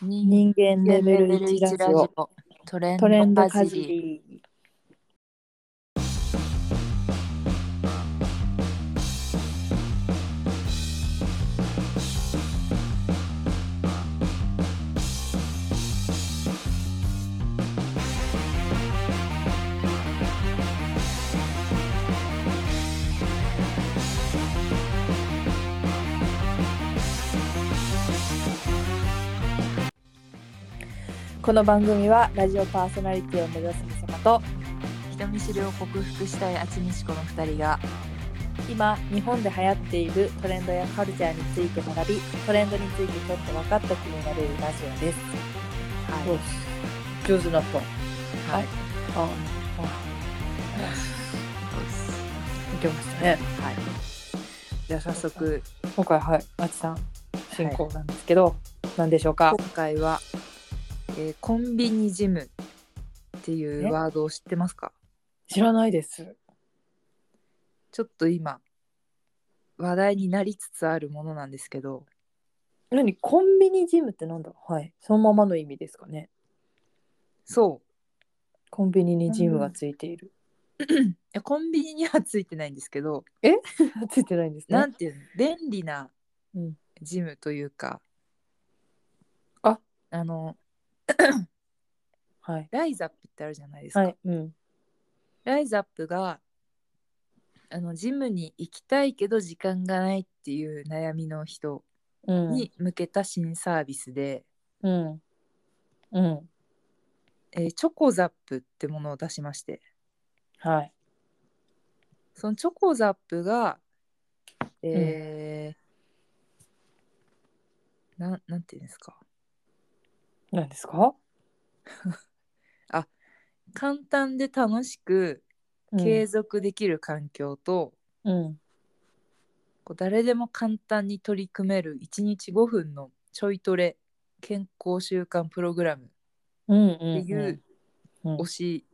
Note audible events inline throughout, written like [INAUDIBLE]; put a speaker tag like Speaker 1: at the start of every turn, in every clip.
Speaker 1: 人
Speaker 2: 人間レベル1ラジオ
Speaker 1: トレン
Speaker 2: トレン
Speaker 1: ド
Speaker 2: ド
Speaker 1: か
Speaker 2: か
Speaker 1: じ
Speaker 2: じ
Speaker 1: り
Speaker 2: りこの番組はラジオパーソナリティを目指すみさかと
Speaker 1: 人見知りを克服したいあちみしこの2人が
Speaker 2: 今日本で流行っているトレンドやカルチャーについて学びトレンドについてちょっと分かった気になれるラジオです、
Speaker 1: は
Speaker 2: 上手になった
Speaker 1: い、
Speaker 2: はい
Speaker 1: よ
Speaker 2: あ
Speaker 1: し
Speaker 2: いけましたね
Speaker 1: はい、じゃあ早速
Speaker 2: 今回はいあちさん進行なんですけど、何でしょうか
Speaker 1: 今回は、えーコンビニジムってい
Speaker 2: え
Speaker 1: うワードを知ってますか
Speaker 2: 知らないです
Speaker 1: ちょっと今話題になりつつあるものなんですけど
Speaker 2: 何コンビニジムってなんだはいそのままの意味ですかね
Speaker 1: そう
Speaker 2: コンビニにジムがついている、 [LAUGHS]
Speaker 1: いやコンビニにはついてないんですけど
Speaker 2: ついてないんですね
Speaker 1: なんていうの便利な
Speaker 2: うん
Speaker 1: ジムというか、
Speaker 2: あ
Speaker 1: あの
Speaker 2: はい
Speaker 1: ライザップってあるじゃないですか、
Speaker 2: はいうん
Speaker 1: ライズアップがあのジムに行きたいけど時間がないっていう悩みの人
Speaker 2: うん
Speaker 1: に向けた新サービスで、
Speaker 2: うんうん
Speaker 1: えーチョコザップってものを出しまして
Speaker 2: はい
Speaker 1: そのチョコザップがえーなんなんていうんですか
Speaker 2: 何ですか
Speaker 1: 簡単で楽しく継続できる環境と、
Speaker 2: うん
Speaker 1: こう誰でも簡単に取り組める1日5分のちょいトレ健康習慣プログラム
Speaker 2: うんう
Speaker 1: って
Speaker 2: ん
Speaker 1: いう、
Speaker 2: うん
Speaker 1: 押し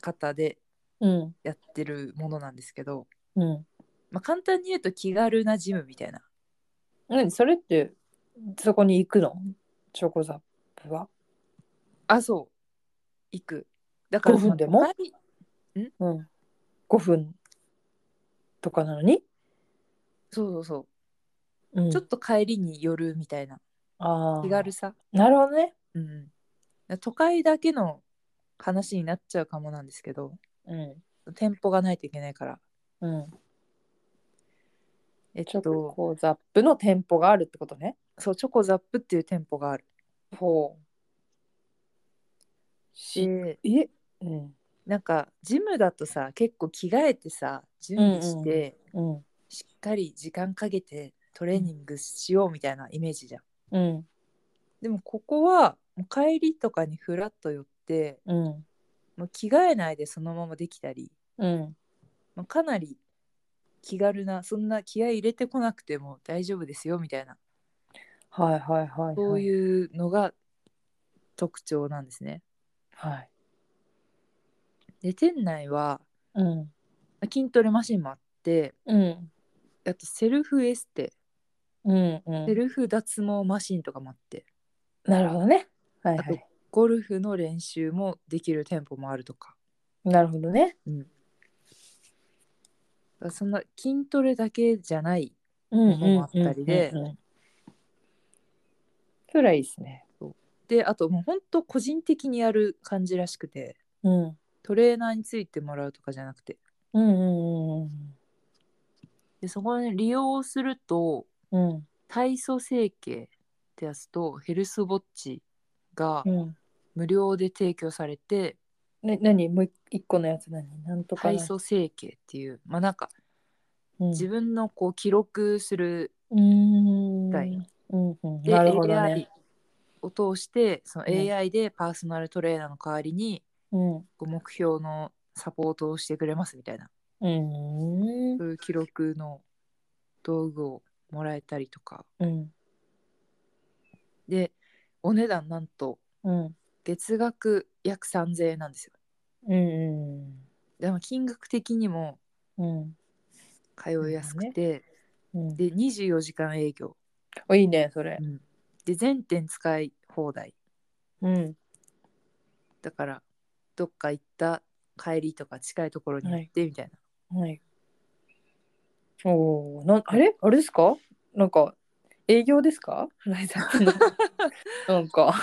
Speaker 1: 方で
Speaker 2: うん
Speaker 1: やってるものなんですけど、
Speaker 2: うん
Speaker 1: まあ、簡単に言うと気軽なジムみたいな
Speaker 2: 何それってそこに行くのチョコザップは
Speaker 1: あそう行くだから
Speaker 2: 5分でも
Speaker 1: まあ都会
Speaker 2: うん5分とかなのに、
Speaker 1: そうそうそう、
Speaker 2: うん、
Speaker 1: ちょっと帰りに寄るみたいな
Speaker 2: あー
Speaker 1: 気軽さ、
Speaker 2: なるほどね
Speaker 1: うん、都会だけの話になっちゃうかもなんですけど
Speaker 2: うん
Speaker 1: 店舗がないといけないから
Speaker 2: うん
Speaker 1: えっ
Speaker 2: チョ
Speaker 1: と
Speaker 2: コザップの店舗があるってことね
Speaker 1: そうチョコザップっていう店舗がある
Speaker 2: ほうし
Speaker 1: で
Speaker 2: えうん
Speaker 1: なんかジムだとさ結構着替えてさ準備して、
Speaker 2: うんうん
Speaker 1: しっかり時間かけてトレーニングしようみたいなイメージじゃん。
Speaker 2: うん
Speaker 1: でもここはもう帰りとかにフラッと寄って
Speaker 2: うん
Speaker 1: もう着替えないでそのままできたり、
Speaker 2: うん
Speaker 1: まあ、かなり気軽なそんな気合い入れてこなくても大丈夫ですよみたいな
Speaker 2: はいはいはい、はい、
Speaker 1: そう
Speaker 2: う
Speaker 1: いうのが特徴なんですね。
Speaker 2: はい
Speaker 1: で店内は
Speaker 2: うん
Speaker 1: まあ筋トレマシンもあって
Speaker 2: うん
Speaker 1: あとセルフエステ
Speaker 2: うん
Speaker 1: セ
Speaker 2: う
Speaker 1: ルフ脱毛マシンとかもあって
Speaker 2: んなるほどねはいはい
Speaker 1: ゴルフの練習もできる店舗もあるとか。
Speaker 2: なるほどね
Speaker 1: そんな筋トレだけじゃない
Speaker 2: うん
Speaker 1: ものもあったりで
Speaker 2: うんうんうんうんそれはいいですね
Speaker 1: であともうほんと個人的にやる感じらしくて
Speaker 2: うん
Speaker 1: トレーナーについてもらうとかじゃなくて
Speaker 2: うんうん
Speaker 1: でそこに利用すると
Speaker 2: うんうん
Speaker 1: 体組成計ってやつとヘルスウォッチが
Speaker 2: うん
Speaker 1: 無料で提供されて
Speaker 2: ね何もう一個のやつ何なんとかな
Speaker 1: 体組成計っていうまあなんか
Speaker 2: うん
Speaker 1: 自分のこう記録する
Speaker 2: うーん
Speaker 1: たい
Speaker 2: うんうん
Speaker 1: で
Speaker 2: なるほど
Speaker 1: AI
Speaker 2: ね
Speaker 1: を通してその
Speaker 2: うん
Speaker 1: AI でパーソナルトレーナーの代わりに
Speaker 2: うん
Speaker 1: こう目標のサポートをしてくれますみたいな
Speaker 2: うん
Speaker 1: そういう記録の道具をもらえたりとか
Speaker 2: うん
Speaker 1: でお値段なんと
Speaker 2: うん
Speaker 1: 月額約3000円なんですよ
Speaker 2: うん
Speaker 1: でも金額的にも
Speaker 2: うん
Speaker 1: 通いやすくて、
Speaker 2: うん
Speaker 1: で24時間営業、
Speaker 2: おいいねそれ
Speaker 1: で全店使い放題
Speaker 2: うん。
Speaker 1: だからどっか行った帰りとか近いところに行ってみたいな、
Speaker 2: はい。おお、なん、あれ、あれですか。なんか。営業ですか。ライザー [LAUGHS] のなんか。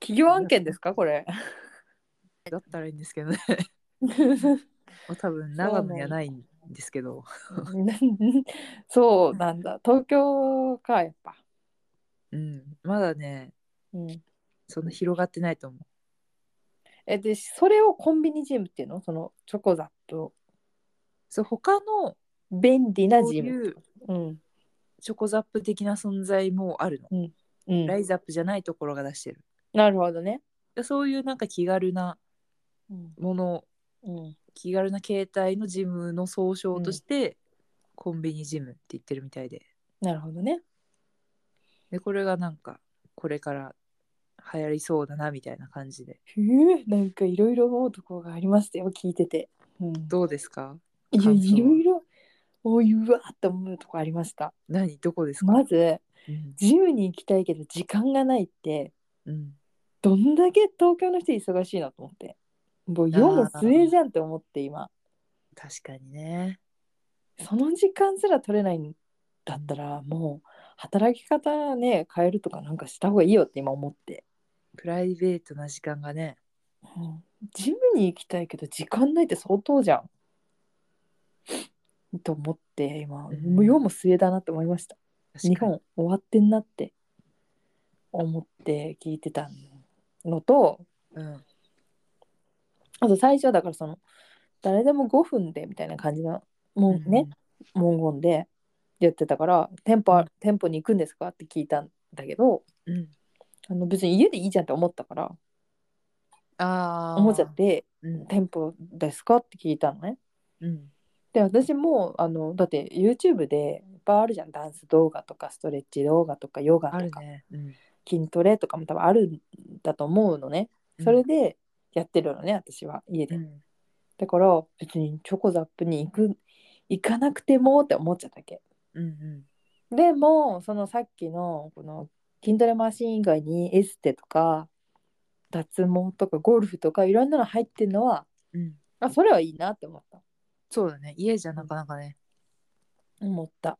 Speaker 2: 企業案件ですか、これ。
Speaker 1: だったらいいんですけどね多分長野やないんですけど
Speaker 2: そうなんだ。東京か、やっぱ。
Speaker 1: うんまだね
Speaker 2: うん。
Speaker 1: そんな広がってないと思
Speaker 2: え、で、それをコンビニジムっていうの、そのチョコザップ。
Speaker 1: うそう他の
Speaker 2: 便利な
Speaker 1: こう
Speaker 2: ジム。
Speaker 1: いう
Speaker 2: うん。
Speaker 1: チョコザップ的な存在もあるの、
Speaker 2: うん
Speaker 1: ラ。イズアップじゃないところが出してる
Speaker 2: なるほどね。
Speaker 1: でそういうなんか気軽な
Speaker 2: うん。
Speaker 1: もの
Speaker 2: うん。
Speaker 1: 気軽な携帯のジムの総称として、コンビニジムって言ってるみたいで
Speaker 2: なるほどね。
Speaker 1: でこれがなんかこれから流行りそうだなみたいな感じで
Speaker 2: ふう、なんかいろいろ思うところがありましたよ。聞いてて。うん。
Speaker 1: どうですか
Speaker 2: いや、
Speaker 1: 感想
Speaker 2: い
Speaker 1: は
Speaker 2: ろいろ。おいうわーって思うとこありました。
Speaker 1: 何どこですか、
Speaker 2: まず、
Speaker 1: うん
Speaker 2: ジムに行きたいけど、時間がないって。
Speaker 1: うん、
Speaker 2: どんだけ東京の人忙しいなと思って。もう世も末じゃんって思って今。
Speaker 1: 確かにね
Speaker 2: その時間すら取れないんだったらもう働き方ね変えるとかなんかした方がいいよって今思って、
Speaker 1: プライベートな時間がね
Speaker 2: ジムに行きたいけど時間ないって相当じゃん [LAUGHS] と思って今
Speaker 1: うん
Speaker 2: 無用も末だなって思いました
Speaker 1: 確かに
Speaker 2: 日本終わってんなって思って聞いてたのと
Speaker 1: うん
Speaker 2: あと最初はだからその誰でも5分でみたいな感じのもうね、文言でやってたから「店舗あ店舗に行くんですか?」って聞いたんだけど
Speaker 1: うんうん
Speaker 2: あの別に家でいいじゃんって思ったから
Speaker 1: ああ
Speaker 2: 思っちゃって
Speaker 1: うん
Speaker 2: 「店舗ですか?」って聞いたのね。
Speaker 1: うん
Speaker 2: で私もあのだって YouTube でいっぱいあるじゃんダンス動画とかストレッチ動画とかヨガ
Speaker 1: あ
Speaker 2: と
Speaker 1: る
Speaker 2: か、
Speaker 1: ねうん
Speaker 2: 筋トレとかも多分あるんだと思うのねそれでやってるのね、私は家で、
Speaker 1: うん
Speaker 2: だから別にチョコザップに行く行かなくてもって思っちゃったっけ
Speaker 1: うんうん
Speaker 2: でもそのさっきのこの筋トレマシン以外にエステとか脱毛とかゴルフとかいろんなの入ってるのは
Speaker 1: うん
Speaker 2: あそれはいいなって思った
Speaker 1: そうだね家じゃなかなかね
Speaker 2: 思った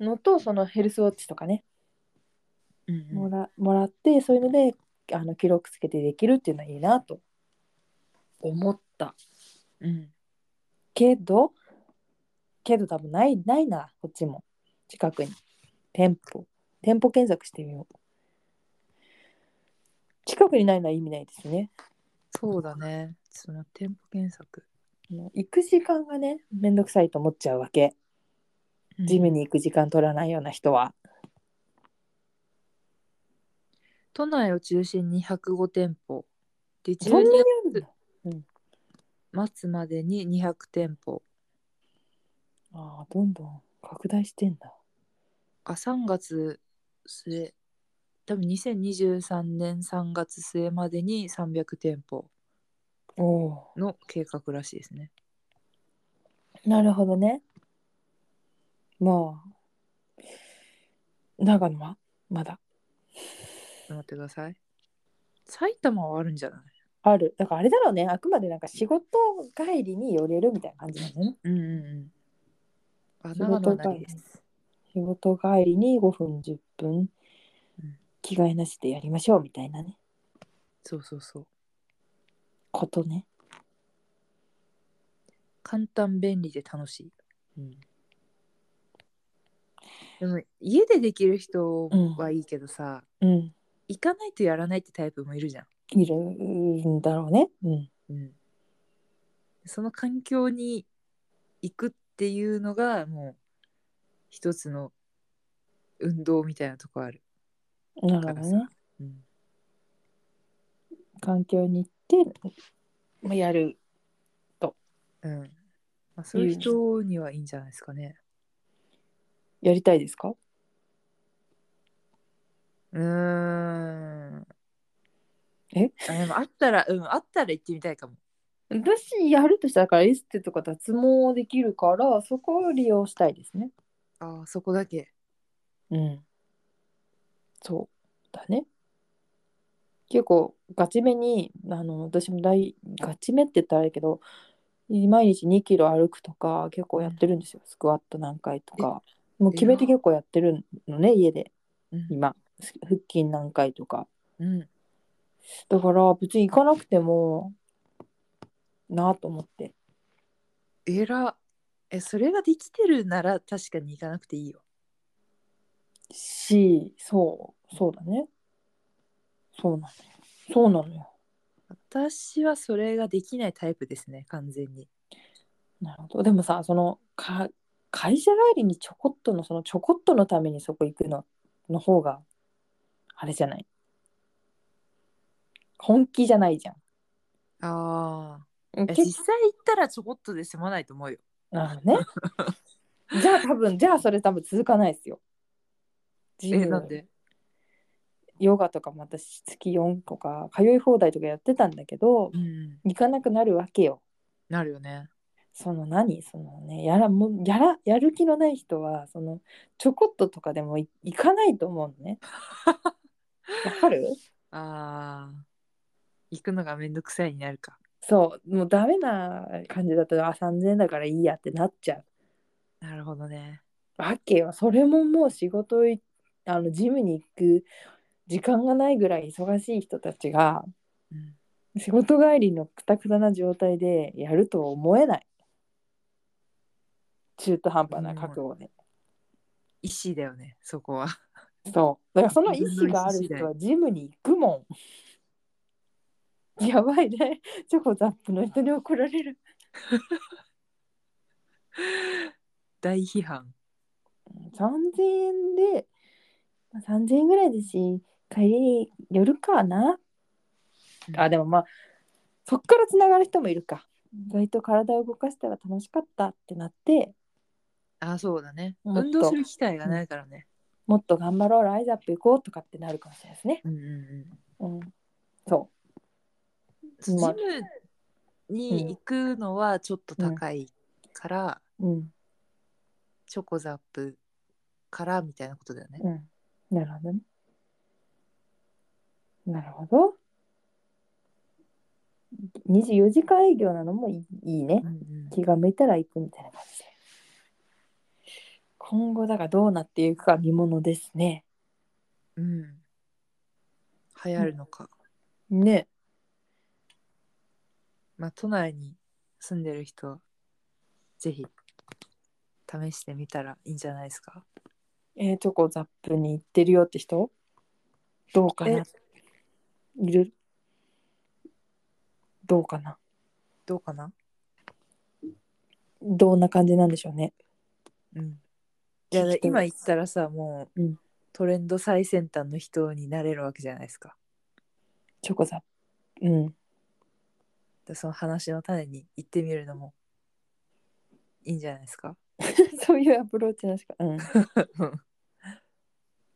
Speaker 2: のとそのヘルスウォッチとかね、
Speaker 1: うん
Speaker 2: も
Speaker 1: うん
Speaker 2: らもらってそういうのであの記録つけてできるっていうのはいいなと思った
Speaker 1: うん
Speaker 2: けどけど多分ないないなこっちも近くに店舗店舗検索してみよう近くにないのは意味ないですね
Speaker 1: そうだねその店舗検索
Speaker 2: もう行く時間がねめんどくさいと思っちゃうわけ
Speaker 1: うん
Speaker 2: ジムに行く時間取らないような人は、
Speaker 1: 都内を中心に105店舗で12
Speaker 2: そんなにあるんだ
Speaker 1: 月末までに200店舗
Speaker 2: ああどんどん拡大してんだ
Speaker 1: あ3月末多分2023年3月末までに300店舗
Speaker 2: おお
Speaker 1: の計画らしいですね
Speaker 2: なるほどねまあ長野はまだ
Speaker 1: ちょっと待ってください埼玉はあるんじゃない
Speaker 2: あるだからあれだろうねあくまでなんか仕事帰りに寄れるみたいな感じなのね
Speaker 1: うんうんうんあ
Speaker 2: 仕
Speaker 1: 長野は
Speaker 2: 事帰
Speaker 1: ない
Speaker 2: り
Speaker 1: です
Speaker 2: 仕事帰りに5分10分
Speaker 1: うん
Speaker 2: 着替えなしでやりましょうみたいなね
Speaker 1: そうそうそう
Speaker 2: ことね
Speaker 1: 簡単便利で楽しい、うん、でも家でできる人はいいけどさ、
Speaker 2: うん
Speaker 1: 行かないとやらないってタイプもいるじゃん、
Speaker 2: いるんだろうねうん
Speaker 1: うん、その環境に行くっていうのがもう一つの運動みたいなとこある
Speaker 2: な
Speaker 1: か
Speaker 2: る
Speaker 1: ら
Speaker 2: ほ
Speaker 1: さ
Speaker 2: どね、
Speaker 1: うん、
Speaker 2: 環境に行ってまあやる
Speaker 1: うんまあ、そういう人にはいいんじゃないですかね
Speaker 2: やりたいですか
Speaker 1: うーん
Speaker 2: え
Speaker 1: あでもあったらうんあったら行ってみたいかも
Speaker 2: 私やるとしたらだからエステとか脱毛できるからそこを利用したいですね
Speaker 1: あーそこだけ
Speaker 2: うんそうだね。結構ガチめにあの私も大ガチめって言ったらあれだけど毎日2キロ歩くとか結構やってるんですよ、スクワット何回とかもう決めて結構やってるのね家で
Speaker 1: うん
Speaker 2: 今す腹筋何回とか
Speaker 1: うん
Speaker 2: だから別に行かなくてもなあと思って
Speaker 1: えらえそれができてるなら確かに行かなくていいよ
Speaker 2: しそうそうだねそうなのよそうなのよ
Speaker 1: 私はそれができないタイプですね完全に
Speaker 2: なるほどでもさそのか会社帰りにちょこっとのそのちょこっとのためにそこ行くのの方があれじゃない本気じゃないじゃ
Speaker 1: あ
Speaker 2: ん。
Speaker 1: あ
Speaker 2: 結
Speaker 1: 実際行ったらちょこっとで済まないと思うよ
Speaker 2: あ
Speaker 1: [LAUGHS]
Speaker 2: ねじゃあ多分じゃあそれ多分続かないですよ。ジム
Speaker 1: えなんで
Speaker 2: ヨガとかも私月4とか通い放題とかやってたんだけど
Speaker 1: うん
Speaker 2: 行かなくなるわけよ。
Speaker 1: なるよね
Speaker 2: その何そのねやらもうやらやる気のない人はそのちょこっととかでもい行かないと思うのね。 [LAUGHS] わかる
Speaker 1: ああ行くのがめんどくさいになるか
Speaker 2: そうもうダメな感じだとあ3,000円だからいいやってなっちゃう
Speaker 1: なるほどね
Speaker 2: わけよそれももう仕事いあのジムに行く時間がないぐらい忙しい人たちが
Speaker 1: うん
Speaker 2: 仕事帰りのくたくたな状態でやるとは思えない中途半端な覚悟で。
Speaker 1: 意思だよねそこは [LAUGHS]
Speaker 2: そう。だからその意思がある人はジムに行くもん。 [LAUGHS] やばいね。チョコザップの人に怒られる。
Speaker 1: 大批判
Speaker 2: 3000円で、まあ3000円ぐらいですし、帰りに寄るかな。あ、でもまあ、そっからつながる人もいるか。意外と体を動かしたら楽しかったってなって、
Speaker 1: あそうだね
Speaker 2: もっと
Speaker 1: 運動する機会がないからね
Speaker 2: もっと頑張ろう、ライズアップ行こうとかってなるかもしれないですね。
Speaker 1: うんうん
Speaker 2: うん。そ
Speaker 1: ジ
Speaker 2: まあ
Speaker 1: ムに行くのはちょっと高いから、
Speaker 2: う。うん。
Speaker 1: チョコザップからみたいなことだよね。
Speaker 2: うん。なるほどね。なるほど。24時間営業なのもいいいいね
Speaker 1: う。ん
Speaker 2: 気が向いたら行くみたいな感じで。今後だからどうなっていくか見ものですね。
Speaker 1: うん、うん流行るのか、
Speaker 2: ね。
Speaker 1: まあ都内に住んでる人はぜひ試してみたらいいんじゃないですか。
Speaker 2: えー、チョコザップに行ってるよって人どうか
Speaker 1: え
Speaker 2: な、いるどうかな
Speaker 1: どうかな？
Speaker 2: どんな感じなんでしょうね。
Speaker 1: うん。いや
Speaker 2: 聞きたい
Speaker 1: 今言ったらさもう、
Speaker 2: うん
Speaker 1: トレンド最先端の人になれるわけじゃないですか。
Speaker 2: チョコザップ。うん。
Speaker 1: でその話の種に行ってみるのもいいんじゃないですか。
Speaker 2: [LAUGHS] そういうアプローチのしか。うん。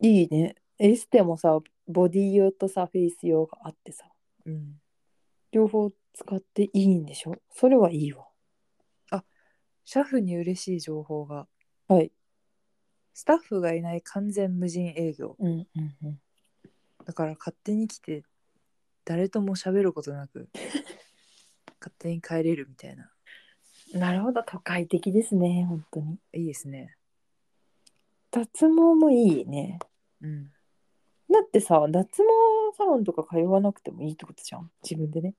Speaker 2: いいね。エステもさ、ボディ用とさ、フェイス用があってさ、
Speaker 1: うん。
Speaker 2: 両方使っていいんでしょそれはいいわ。
Speaker 1: シャフに嬉しい情報が
Speaker 2: はい。
Speaker 1: スタッフがいない完全無人営業
Speaker 2: うんうんうん。
Speaker 1: だから勝手に来て誰とも喋ることな
Speaker 2: [LAUGHS]
Speaker 1: く勝手に帰れるみたいな
Speaker 2: なるほど、都会的ですね、本当に。
Speaker 1: いいですね
Speaker 2: 脱毛もいいね。
Speaker 1: うん
Speaker 2: だってさ、脱毛サロンとか通わなくてもいいってことじゃん。自分でね。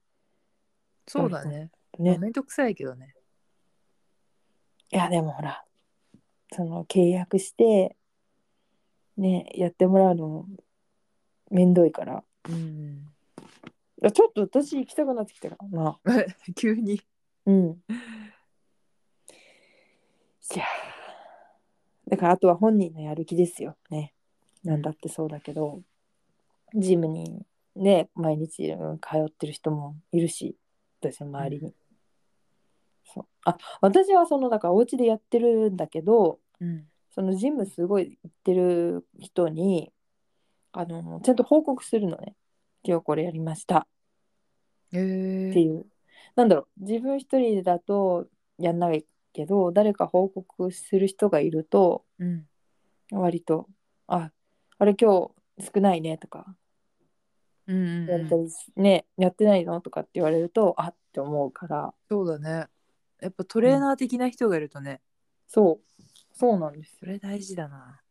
Speaker 1: そうだねまあ
Speaker 2: ね。
Speaker 1: めんどくさいけどね
Speaker 2: いや、でもほら、その契約して、ね、やってもらうのもめんどいから。
Speaker 1: うん
Speaker 2: いやちょっと私行きたくなってきたからな。
Speaker 1: [LAUGHS] 急に
Speaker 2: うん。いやーだからあとは本人のやる気ですよね。なんだってそうだけど、ジムにね、毎日うん通ってる人もいるし、私の周りに。そうあ私はそのだからお家でやってるんだけど
Speaker 1: うん
Speaker 2: そのジムすごい行ってる人にあのちゃんと報告するのね今日これやりました
Speaker 1: え
Speaker 2: って
Speaker 1: ー、
Speaker 2: いう、なんだろう自分一人だとやんないけど誰か報告する人がいると
Speaker 1: うん
Speaker 2: 割とああれ今日少ないねとか、
Speaker 1: うんうん
Speaker 2: やっ
Speaker 1: う
Speaker 2: た
Speaker 1: ん、
Speaker 2: りしねやってないのとかって言われるとあって思うから
Speaker 1: そうだねやっぱトレーナー的な人がいるとね、
Speaker 2: そうそうなんです
Speaker 1: そ
Speaker 2: よ
Speaker 1: れ大事だな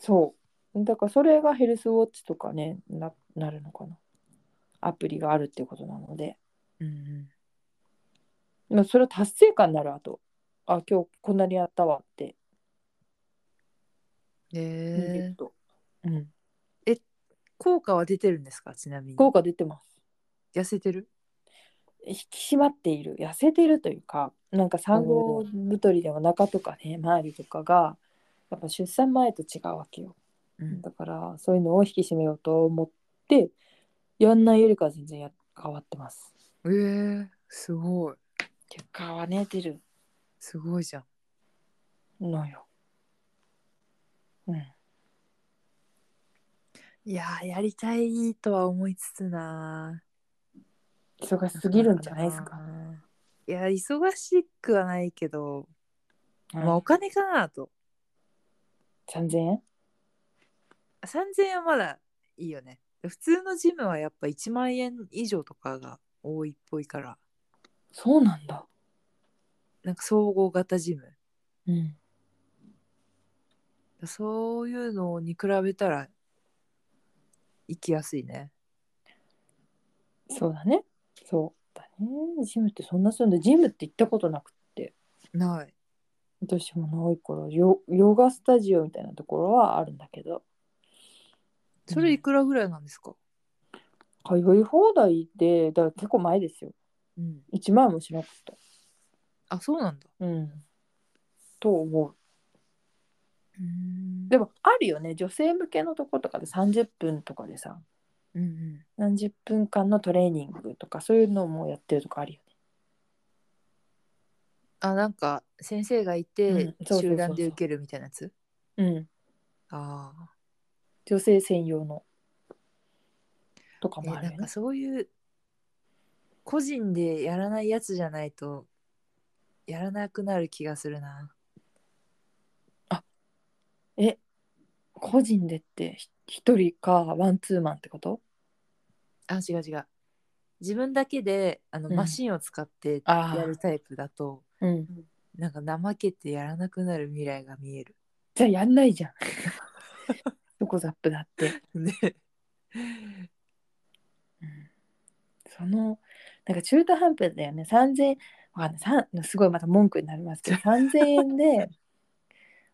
Speaker 2: そうだからそれがヘルスウォッチとかねななるのかなアプリがあるっていうことなので、
Speaker 1: うんうん
Speaker 2: まあ、それは達成感になるあとあ今日こんなにやったわって見れ
Speaker 1: え
Speaker 2: ると、うん、
Speaker 1: 効果は出てるんですかちなみに
Speaker 2: 効果出てます
Speaker 1: 痩せてる
Speaker 2: 引き締まっている痩せているというかなんか産
Speaker 1: お
Speaker 2: 後太りでお腹とかね周りとかがやっぱ出産前と違うわけよ
Speaker 1: うん
Speaker 2: だからそういうのを引き締めようと思ってやんないよりかは全然や変わってます
Speaker 1: えー、すごい
Speaker 2: 結果はね出る
Speaker 1: すごいじゃん
Speaker 2: のようん
Speaker 1: いやーやりたいとは思いつつな
Speaker 2: 忙しすぎるんじゃないですか、
Speaker 1: いや忙しくはないけど、まあ
Speaker 2: は
Speaker 1: お
Speaker 2: い
Speaker 1: 金かなと
Speaker 2: 3000円
Speaker 1: 3000円はまだいいよね普通のジムはやっぱ1万円以上とかが多いっぽいから
Speaker 2: そうなんだ
Speaker 1: なんか総合型ジム
Speaker 2: うん
Speaker 1: そういうのに比べたら行きやすいね
Speaker 2: そうだねそうだねジムってそんなするんだジムって行ったことなくって
Speaker 1: ない
Speaker 2: 私もないからヨヨガスタジオみたいなところはあるんだけど
Speaker 1: それいくらぐらいなんですか
Speaker 2: 通い放題でだから結構前ですよ
Speaker 1: うん
Speaker 2: 1万円もしなかった
Speaker 1: あそうなんだ
Speaker 2: うんと思う
Speaker 1: うん
Speaker 2: でもあるよね女性向けのとことかで30分とかでさ
Speaker 1: うんうん
Speaker 2: 何十分間のトレーニングとかそういうのもやってるとかあるよね
Speaker 1: あなんか先生がい
Speaker 2: うん
Speaker 1: て
Speaker 2: そうそうそうそう
Speaker 1: 集団で受けるみたいなやつ
Speaker 2: うん
Speaker 1: ああ
Speaker 2: 女性専用のとか
Speaker 1: え
Speaker 2: も
Speaker 1: な
Speaker 2: ある
Speaker 1: ん
Speaker 2: よ
Speaker 1: か
Speaker 2: ね
Speaker 1: そういう個人でやらないやつじゃないとやらなくなる気がするな
Speaker 2: え個人でってひ一人かワンツーマンってこと
Speaker 1: あ違う違う自分だけであの、
Speaker 2: うん
Speaker 1: マシンを使って
Speaker 2: あー
Speaker 1: やるタイプだと
Speaker 2: うん
Speaker 1: なんか怠けてやらなくなる未来が見
Speaker 2: [LAUGHS]
Speaker 1: える
Speaker 2: じゃあやんないじゃん [LAUGHS] そこザップだって
Speaker 1: ね
Speaker 2: そのなんか中途半端だよね3000円わかんないさんすごいまた文句になりますけど3000円で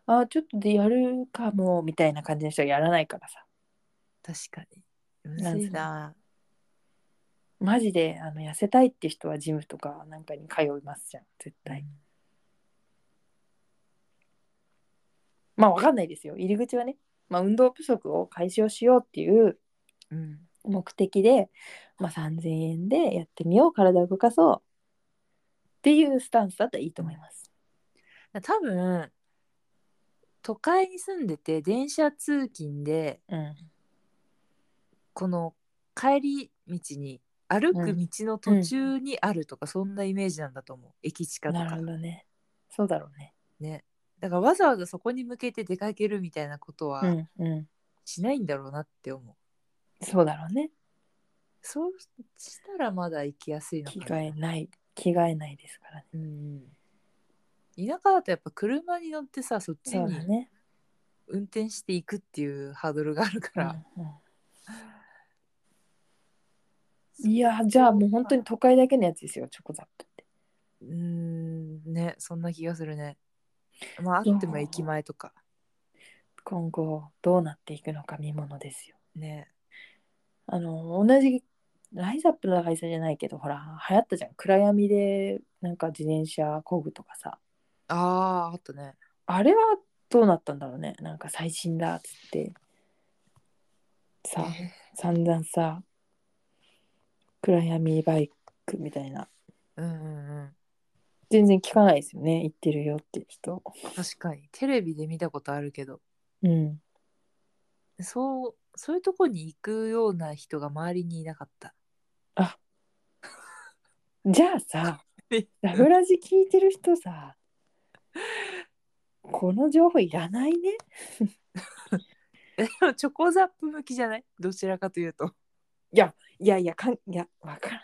Speaker 2: あちょっとでやるかもみたいな感じの人はやらないからさ
Speaker 1: 確かにむ
Speaker 2: な
Speaker 1: ず
Speaker 2: んで
Speaker 1: い
Speaker 2: すね
Speaker 1: な
Speaker 2: マジであの痩せたいって人はジムとかなんかに通いますじゃん絶対、まあわかんないですよ入り口はね、まあ、運動不足を解消しようっていう
Speaker 1: うん
Speaker 2: 目的で、まあ、3000円でやってみよう体を動かそうっていうスタンスだったらいいと思います
Speaker 1: 多分都会に住んでて電車通勤で
Speaker 2: うん
Speaker 1: この帰り道に歩く道の途中にあるとか、そんなイメージなんだと思う駅近と
Speaker 2: なる
Speaker 1: か
Speaker 2: ほどねそうだろうね
Speaker 1: ねだからわざわざそこに向けて出かけるみたいなことは
Speaker 2: うんうん
Speaker 1: しないんだろうなって思う、
Speaker 2: そうだろうね
Speaker 1: そうしたらまだ行きやすいの
Speaker 2: 着
Speaker 1: かな、
Speaker 2: 替えない着替えないですからね
Speaker 1: うん、田舎だとやっぱ車に乗ってさそっち
Speaker 2: そう
Speaker 1: に
Speaker 2: だね、
Speaker 1: 運転していくっていうハードルがあるか
Speaker 2: うん
Speaker 1: ら、
Speaker 2: うんいやじゃあもう本当に都会だけのやつですよチョコザップって
Speaker 1: うーんねそんな気がするねまああっても駅前とか
Speaker 2: 今後どうなっていくのか見ものですよ
Speaker 1: ね
Speaker 2: あの同じライザップの会社じゃないけどほら流行ったじゃん暗闇でなんか自転車工具とかさ
Speaker 1: あああったね
Speaker 2: あれはどうなったんだろうねなんか最新だっつってさ
Speaker 1: えー
Speaker 2: 散々さ暗闇バイクみたいな
Speaker 1: うんうんうん
Speaker 2: 全然聞かないですよね行ってるよって人
Speaker 1: 確かにテレビで見たことあるけど
Speaker 2: うん
Speaker 1: そうそういうとこに行くような人が周りにいなかった [LAUGHS]
Speaker 2: じゃあ [LAUGHS] さ
Speaker 1: え
Speaker 2: ラブラジ聞いてる人さこの情報いらないね
Speaker 1: えでもチョコザップ向きじゃないどちらかというと
Speaker 2: いやいやかんいやわから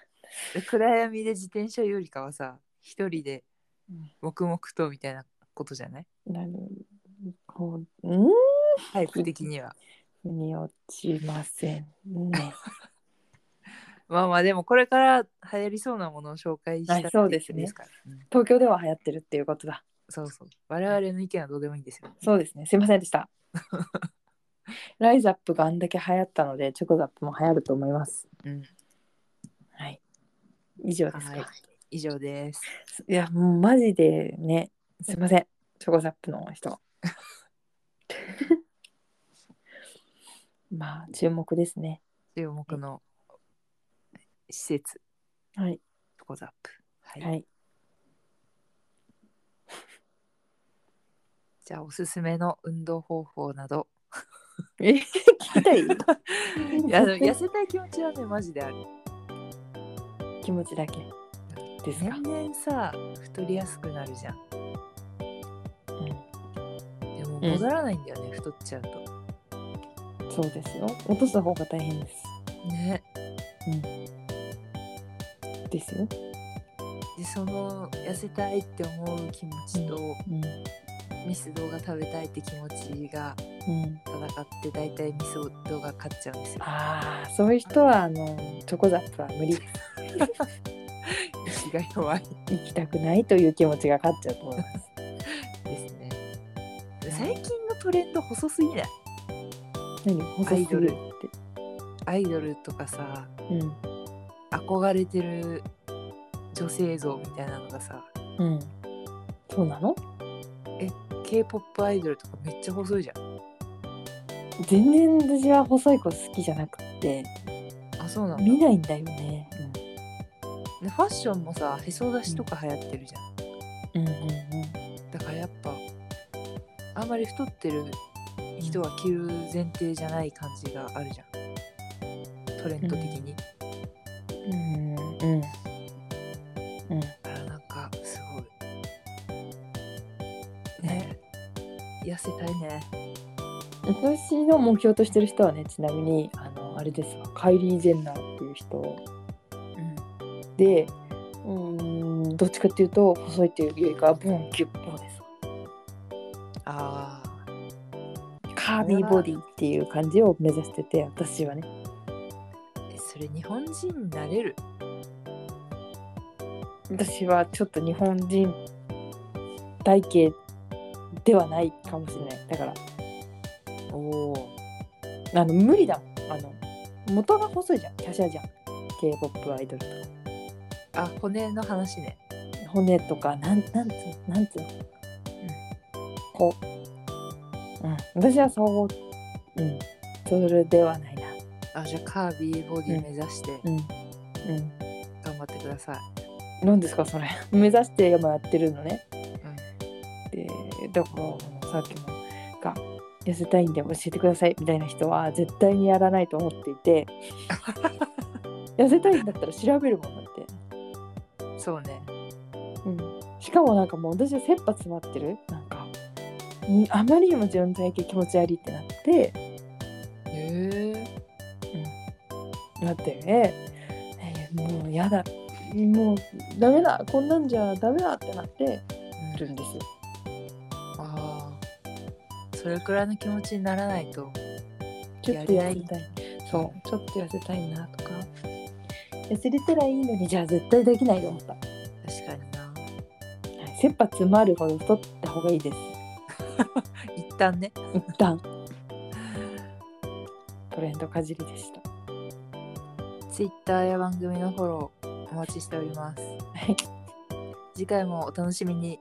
Speaker 2: ん
Speaker 1: 暗闇で自転車よりかはさ一人で
Speaker 2: うん
Speaker 1: 黙々とみたいなことじゃない
Speaker 2: なるほどん
Speaker 1: タイプ的には
Speaker 2: 腑に落ちません [LAUGHS] ね
Speaker 1: まあまあでもこれから流行りそうなものを紹介した
Speaker 2: はいそうですね
Speaker 1: っていうことからうん
Speaker 2: 東京では流行ってるっていうことだ
Speaker 1: そうそう我々の意見はどうでもいいんですよ
Speaker 2: そうですねすいませんでした [LAUGHS] ライザップがあんだけ流行ったのでチョコザップも流行ると思います
Speaker 1: うん
Speaker 2: はい以上です
Speaker 1: は
Speaker 2: か、
Speaker 1: い以上です
Speaker 2: いやもうマジでねすいませんチョコザップの [LAUGHS] 人まあ注目ですね
Speaker 1: 注目の施設
Speaker 2: はい
Speaker 1: チョコザップはい、
Speaker 2: はい
Speaker 1: じゃあおすすめの運動方法など
Speaker 2: え聞き [LAUGHS] たい
Speaker 1: い
Speaker 2: [LAUGHS]
Speaker 1: やでも痩せたい気持ちはねマジである
Speaker 2: 気持ちだけですか
Speaker 1: 年、々さ太りやすくなるじゃんでも戻らないんだよね、太っちゃうと
Speaker 2: うんそうですよ落とす方が大変です
Speaker 1: ね
Speaker 2: ですよ、
Speaker 1: でその痩せたいって思う気持ちと、
Speaker 2: うん
Speaker 1: ミスドが食べたいって気持ちが
Speaker 2: うん、
Speaker 1: 戦って大体ミスドが勝っちゃうんですよ [LAUGHS]
Speaker 2: ああそういう人はあのチョコザップは無理
Speaker 1: 意志が弱い
Speaker 2: 行きたくないという気持ちが勝っちゃうと [LAUGHS] 思います
Speaker 1: ですねで最近のトレンド細すぎない
Speaker 2: 何細すぎるって
Speaker 1: アイドルとかさ
Speaker 2: うん
Speaker 1: 憧れてる女性像みたいなのがさ
Speaker 2: うん。そうなの
Speaker 1: k p o p アイドルとかめっちゃ細いじゃん
Speaker 2: 全然私は細い子好きじゃなくて
Speaker 1: あそうなんだ
Speaker 2: 見ないんだよね。
Speaker 1: でファッションもさへそ出しとか流行ってるじゃん
Speaker 2: うんうん
Speaker 1: だからやっぱあんまり太ってる人は着る前提じゃない感じがあるじゃんトレンド的に、だ
Speaker 2: うんうんうんうん
Speaker 1: からなんかすごいね痩せたいね
Speaker 2: 私の目標としてる人はねちなみにあのあれですわカイリー・ジェンナーっていう人でうーんどっちかっていうと細いっていうよりかはボンキュッボーですわ
Speaker 1: ああ
Speaker 2: カービーボディっていう感じを目指してて私はね
Speaker 1: それ日本人になれる
Speaker 2: 私はちょっと日本人体型ではないかもしれないだから
Speaker 1: おお
Speaker 2: あの無理だもんあの元が細いじゃん華奢じゃん k p o p アイドルとか
Speaker 1: あ骨の話ね
Speaker 2: 骨とかなんなんつうのなんつうの、こう、うん、私はそううんそれではないな
Speaker 1: あじゃあカービーボディ目指して
Speaker 2: うん
Speaker 1: 頑張ってください、
Speaker 2: うん何ですかそれ [LAUGHS] 目指して今やってるのね、でだからあのさっきもが痩せたいんで教えてくださいみたいな人は絶対にやらないと思っていて [LAUGHS] 痩せたいんだったら調べるもんだって
Speaker 1: そうね
Speaker 2: しかもなんかもう私は切羽詰まってるなんかんあまりにも自分の体型気持ち悪いってなって
Speaker 1: へえ
Speaker 2: なってね、えーもうやだもうダメだこんなんじゃダメだってなってるんですよ
Speaker 1: ああそれくらいの気持ちにならないと
Speaker 2: ちょっと痩せたいそうちょっと痩せたいなとか痩せれたらいいのにじゃあ絶対できないと思った、はい、
Speaker 1: 確かにな
Speaker 2: 切羽詰まるほど太った方がいいです
Speaker 1: 一旦ね
Speaker 2: 一 [LAUGHS] 旦トレンドかじりでした
Speaker 1: Twitter や番組のフォローお待ちしております
Speaker 2: はい
Speaker 1: 次回もお楽しみに